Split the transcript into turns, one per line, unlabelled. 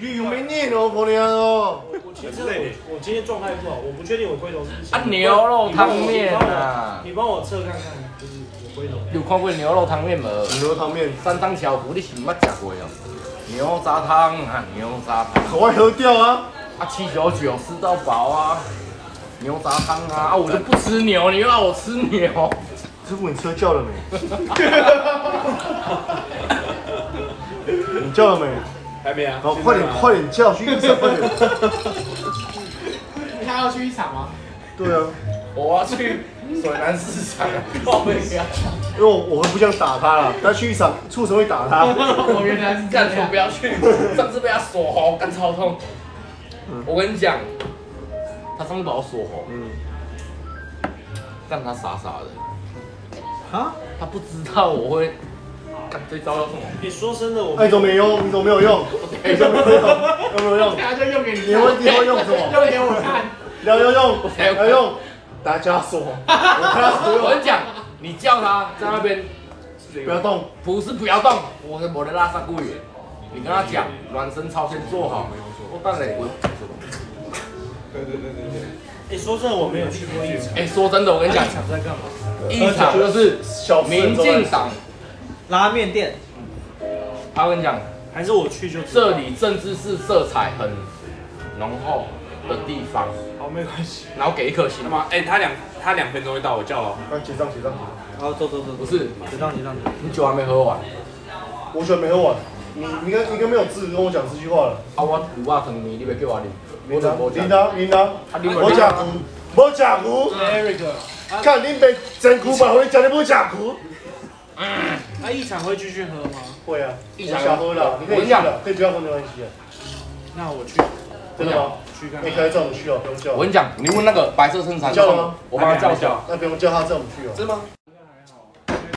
有没念哦，婆娘哦。
我我其实我我今天状态不好，我不确定我龟头是不是
啊牛肉汤面啊
你帮我测看看，就是我龟头。
有看过牛肉汤面无？
牛肉汤面，
三张小福你是毋捌食过哦？牛杂汤啊，牛杂汤
赶快喝掉啊！
啊，七九九吃到饱啊，牛杂汤啊，啊我就不吃牛，你又让我吃牛，
师傅，你车叫了没？你叫了没？
还没啊
好，快点，快点叫，去一场， 快点。
他要去一场吗？
对啊，
我要去水南市场报备啊！
因为我我会不想打他了，他去一场，畜生会打 他。
我原来是这
干球
样
不。要去，上次被他锁喉，干超痛。我跟你讲，他上次把我锁喉，
嗯，
让他傻傻的，
啊？
他不知道我会干这招要什么。
你说真的，我
哎，怎么没用？你怎么没有用？哎，怎么没有用？有没有 用？
他就用给你
你
看，
会你会用 什 么？
用给我看。
要要用，要用。大家 说，我看他所
我跟
有，
你讲，你叫他在那边
不要动。
不是不要动，我是我的拉萨雇员。你跟他讲，暖身操先做好。我当然我，
对对对对对，
哎说真的，我没有去过一场。
哎、说真的，我跟你讲，
场在干嘛？
一场就是
小
民进党，
拉面店，
他、我跟你讲，
还是我去就知道
这。里政治是色彩很浓厚的地方，
好，没关系。
然后给一颗星
那么哎，他两他两分钟就到，我叫了。
快结账结账，
好，走走走，
不是，
结账结账结账。
你酒还没喝完
我酒没喝完。你你跟你跟没有资格跟我讲这句话了。
啊？我五啊汤你你要叫我啉，我
琳
就
达
无
琳
讲。
达琳达，
啊，你
无假苦，无假苦，
Eric，
看你被真苦吧，我跟你讲你无假苦。
那一啊场会继续喝吗？
会啊，
一
我
场
想喝了，你可以去了，可以不要跟我没关系啊，
那我去
真的吗？
去看
你
看。
可以叫我们去哦，不用叫
我。跟你讲，你问那个白色衬衫
叫了吗
啊我帮他叫叫。
那不用叫他叫我们去哦。
真的吗？